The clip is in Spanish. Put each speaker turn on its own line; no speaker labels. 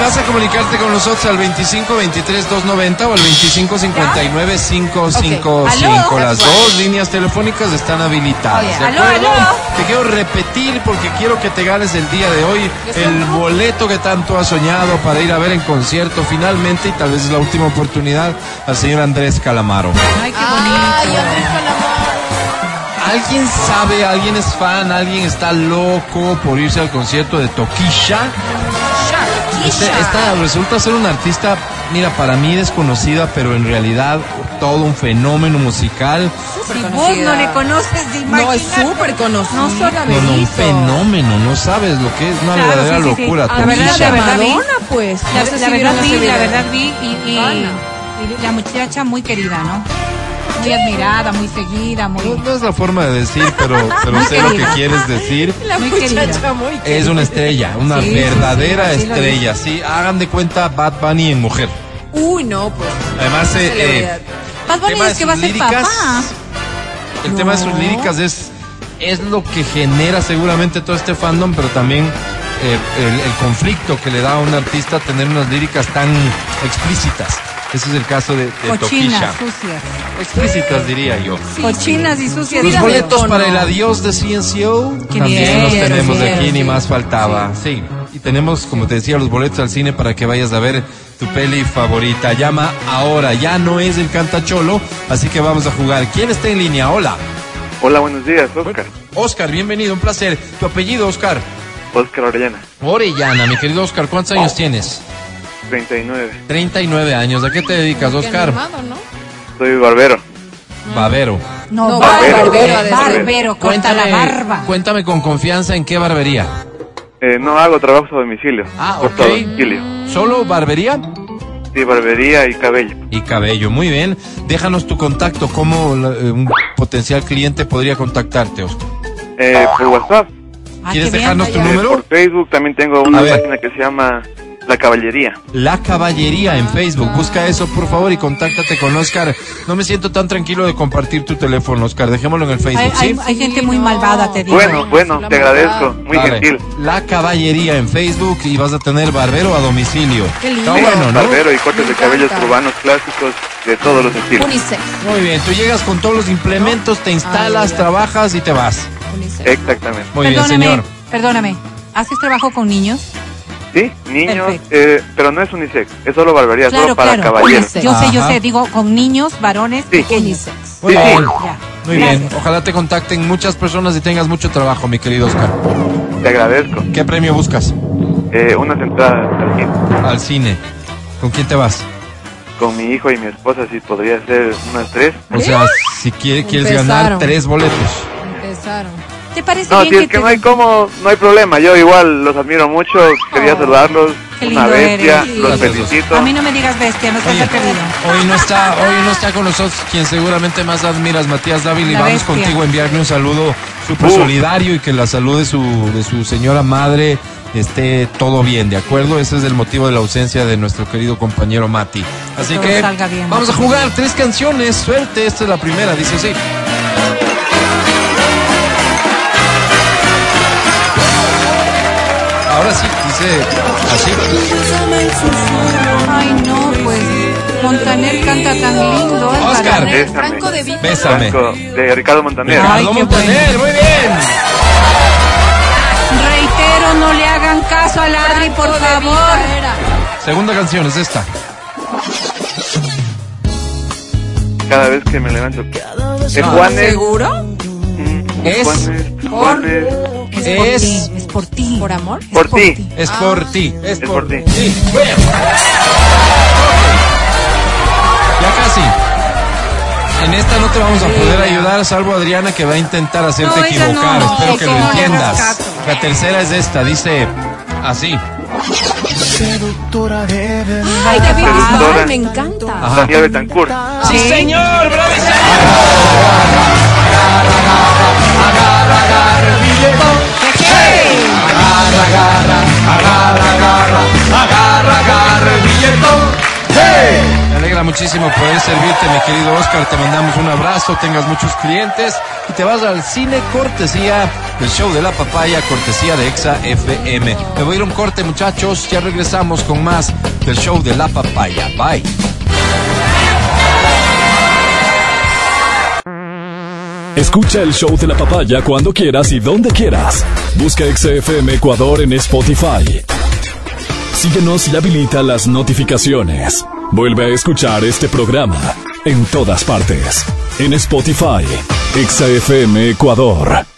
vas a comunicarte con nosotros al 25 23 290 o al 25 59 555.
Ok. Aló.
Las dos líneas telefónicas están habilitadas.
Oye,
¿de
aló,
acuerdo?
aló.
Te quiero repetir porque quiero que te ganes el día de hoy el boleto que tanto has soñado para ir a ver en concierto finalmente y tal vez es la última oportunidad al señor Andrés Calamaro.
Ay, qué bonito.
¿Alguien sabe, alguien es fan, alguien está loco por irse al concierto de Toquisha? Este- esta resulta ser una artista, mira, para mí desconocida, pero en realidad todo un fenómeno musical.
Si vos no le conoces, de
No, es súper conocida.
No solo a
No, no, un
Benito.
fenómeno, no sabes lo que es, una
Claro,
verdadera
sí, sí, sí.
locura.
La verdad,
Toquilla.
la verdad, vi.
Madonna, pues.
La,
No sé
la
si
verdad
vieron ese
vi, la
video.
verdad vi y, y-
Ana.
y la muchacha muy querida, ¿no? Muy admirada, muy seguida, muy,
No, no es la forma de decir, pero, pero sé lo que quieres decir.
muy querida.
muy
Es una estrella, una
Sí, sí, sí,
verdadera
así lo
estrella. Sí, hagan de cuenta Bad Bunny en mujer.
Uy, no, pues.
Además, eh,
celebridad.
eh,
Más
el
bonito
tema de
es que va a
sus
ser
líricas,
papá.
el tema de sus
No.
líricas es, es lo que genera seguramente todo este fandom, pero también eh, el, el conflicto que le da a un artista tener unas líricas tan explícitas. Ese es el caso de, de Toquilla.
Cochinas, sucias.
Explícitas diría yo.
Cochinas y sucias.
Los
Mira,
boletos
pero-
para el adiós de CNCO
Qué
también
bien,
los
qué
tenemos
bien,
aquí, ni
sí.
más faltaba. Sí. Y tenemos, como te decía, los boletos al cine para que vayas a ver tu peli favorita. Llama ahora, ya no es el cantacholo, así que vamos a jugar. ¿Quién está en línea? Hola.
Hola, buenos días, Oscar.
Oscar, bienvenido, un placer. Tu apellido, Oscar.
Oscar Orellana,
Orellana, mi querido Oscar, ¿cuántos
Oh.
años tienes?
39.
39 años. ¿A qué te dedicas, Oscar?
Soy barbero.
Barbero.
No,
No,
barbero,
barbero,
barbero,
barbero.
corta la barba.
cuéntame con confianza en qué barbería.
Eh, no hago trabajos a domicilio.
Ah,
Corto
ok.
a domicilio.
¿Solo barbería?
Sí, barbería y cabello.
Y cabello, muy bien. Déjanos tu contacto, cómo la- eh, un potencial cliente podría contactarte, Oscar.
Eh, por WhatsApp,
Ah,
¿Quieres
qué bien,
dejarnos tu
vaya.
eh, por
número?
Facebook también tengo una
A ver.
página que se llama La Caballería.
La Caballería en Facebook. Busca eso, por favor, y contáctate con Oscar. No me siento tan tranquilo de compartir tu teléfono, Oscar. Dejémoslo en el
Hay,
Facebook,
hay-
¿sí?
hay gente muy
no.
malvada, te digo.
Bueno, bueno, te agradezco. Muy
Dale.
gentil.
La Caballería en Facebook y vas a tener barbero a domicilio.
Qué lindo.
Está bueno, ¿no?
Barbero y cortes
Me
de cabellos
encanta.
urbanos clásicos de todos los estilos.
Unisex.
Muy bien, tú llegas con todos los implementos, te instalas, trabajas y te vas.
Unisex.
Eh, Exactamente.
Muy bien,
perdóname,
señor.
perdóname. ¿Haces trabajo con niños?
Sí, niños,
Perfecto.
eh, pero no es unisex, es solo barbería,
Claro,
solo para
claro.
caballeros.
Yo sé, yo
Ajá.
sé. Digo, con niños, varones,
Sí.
pequeños.
Muy
Sí,
bien.
sí.
Ya.
Muy
Gracias.
bien, ojalá te contacten muchas personas y tengas mucho trabajo, mi querido Oscar.
Te agradezco.
¿Qué premio buscas?
Eh, unas entradas al gym.
Al cine. ¿Con quién te vas?
con mi hijo y mi esposa si podría ser unas tres.
O sea, si quiere- quieres ganar
Empezaron.
tres boletos.
Empezaron.
¿Te parece
No,
bien
si
que,
es que
te-
no hay como, no hay problema. Yo igual los admiro mucho, quería saludarlos,
Oh, qué
una
lindo
bestia,
eres.
los
Gracias.
felicito.
A mí no me digas bestia, no estás
Oye,
perdido.
hoy no está, hoy no está con nosotros quien seguramente más admiras, Matías Dávila, y
La
vamos
bestia.
contigo a enviarle un saludo súper
Uh.
solidario y que la salud de su, de su señora madre esté todo bien, ¿de acuerdo? Ese es el motivo de la ausencia de nuestro querido compañero Mati. Así
todo
que
salga bien.
vamos a jugar tres canciones, suerte, esta es la primera, dice así. Ahora sí, dice así.
Ay, no, pues. Montaner canta tan lindo. ¿eh? Álvaro.
Oscar.
Bésame.
Franco de Vita.
Bésame.
Franco de Ricardo Montaner.
Ay,
Ricardo
qué
Montaner, muy bien.
Reitero, no le hagan caso a Larry, por favor.
Segunda canción es esta.
Cada vez que me levanto. Es Juanes.
¿Seguro?
mm,
Es-
Juanes. Juanes.
Es-
Es, por ti, es por ti.
¿Por amor?
Es
Por ti.
Es por ti. Ah. Es
por ti.
Sí. Muy bien. Ya casi. En esta no te vamos a poder ayudar, salvo Adriana que va a intentar hacerte
No, esa no,
equivocar.
no,
Espero que
no,
lo
no,
entiendas.
no, no,
La tercera es esta, dice así.
Ay, David
Seductora.
Bisbal, me encanta.
Ajá.
Daniel Betancourt.
Sí, señor, alegra muchísimo poder servirte, mi querido Oscar. Te mandamos un abrazo, tengas muchos clientes y te vas al cine cortesía del show de la papaya, cortesía de Exa FM. Me voy a ir a un corte, muchachos. Ya regresamos con más del show de la papaya. Bye.
Escucha el show de la papaya cuando quieras y donde quieras. Busca XFM Ecuador en Spotify. Síguenos y habilita las notificaciones. Vuelve a escuchar este programa en todas partes. En Spotify, XFM Ecuador.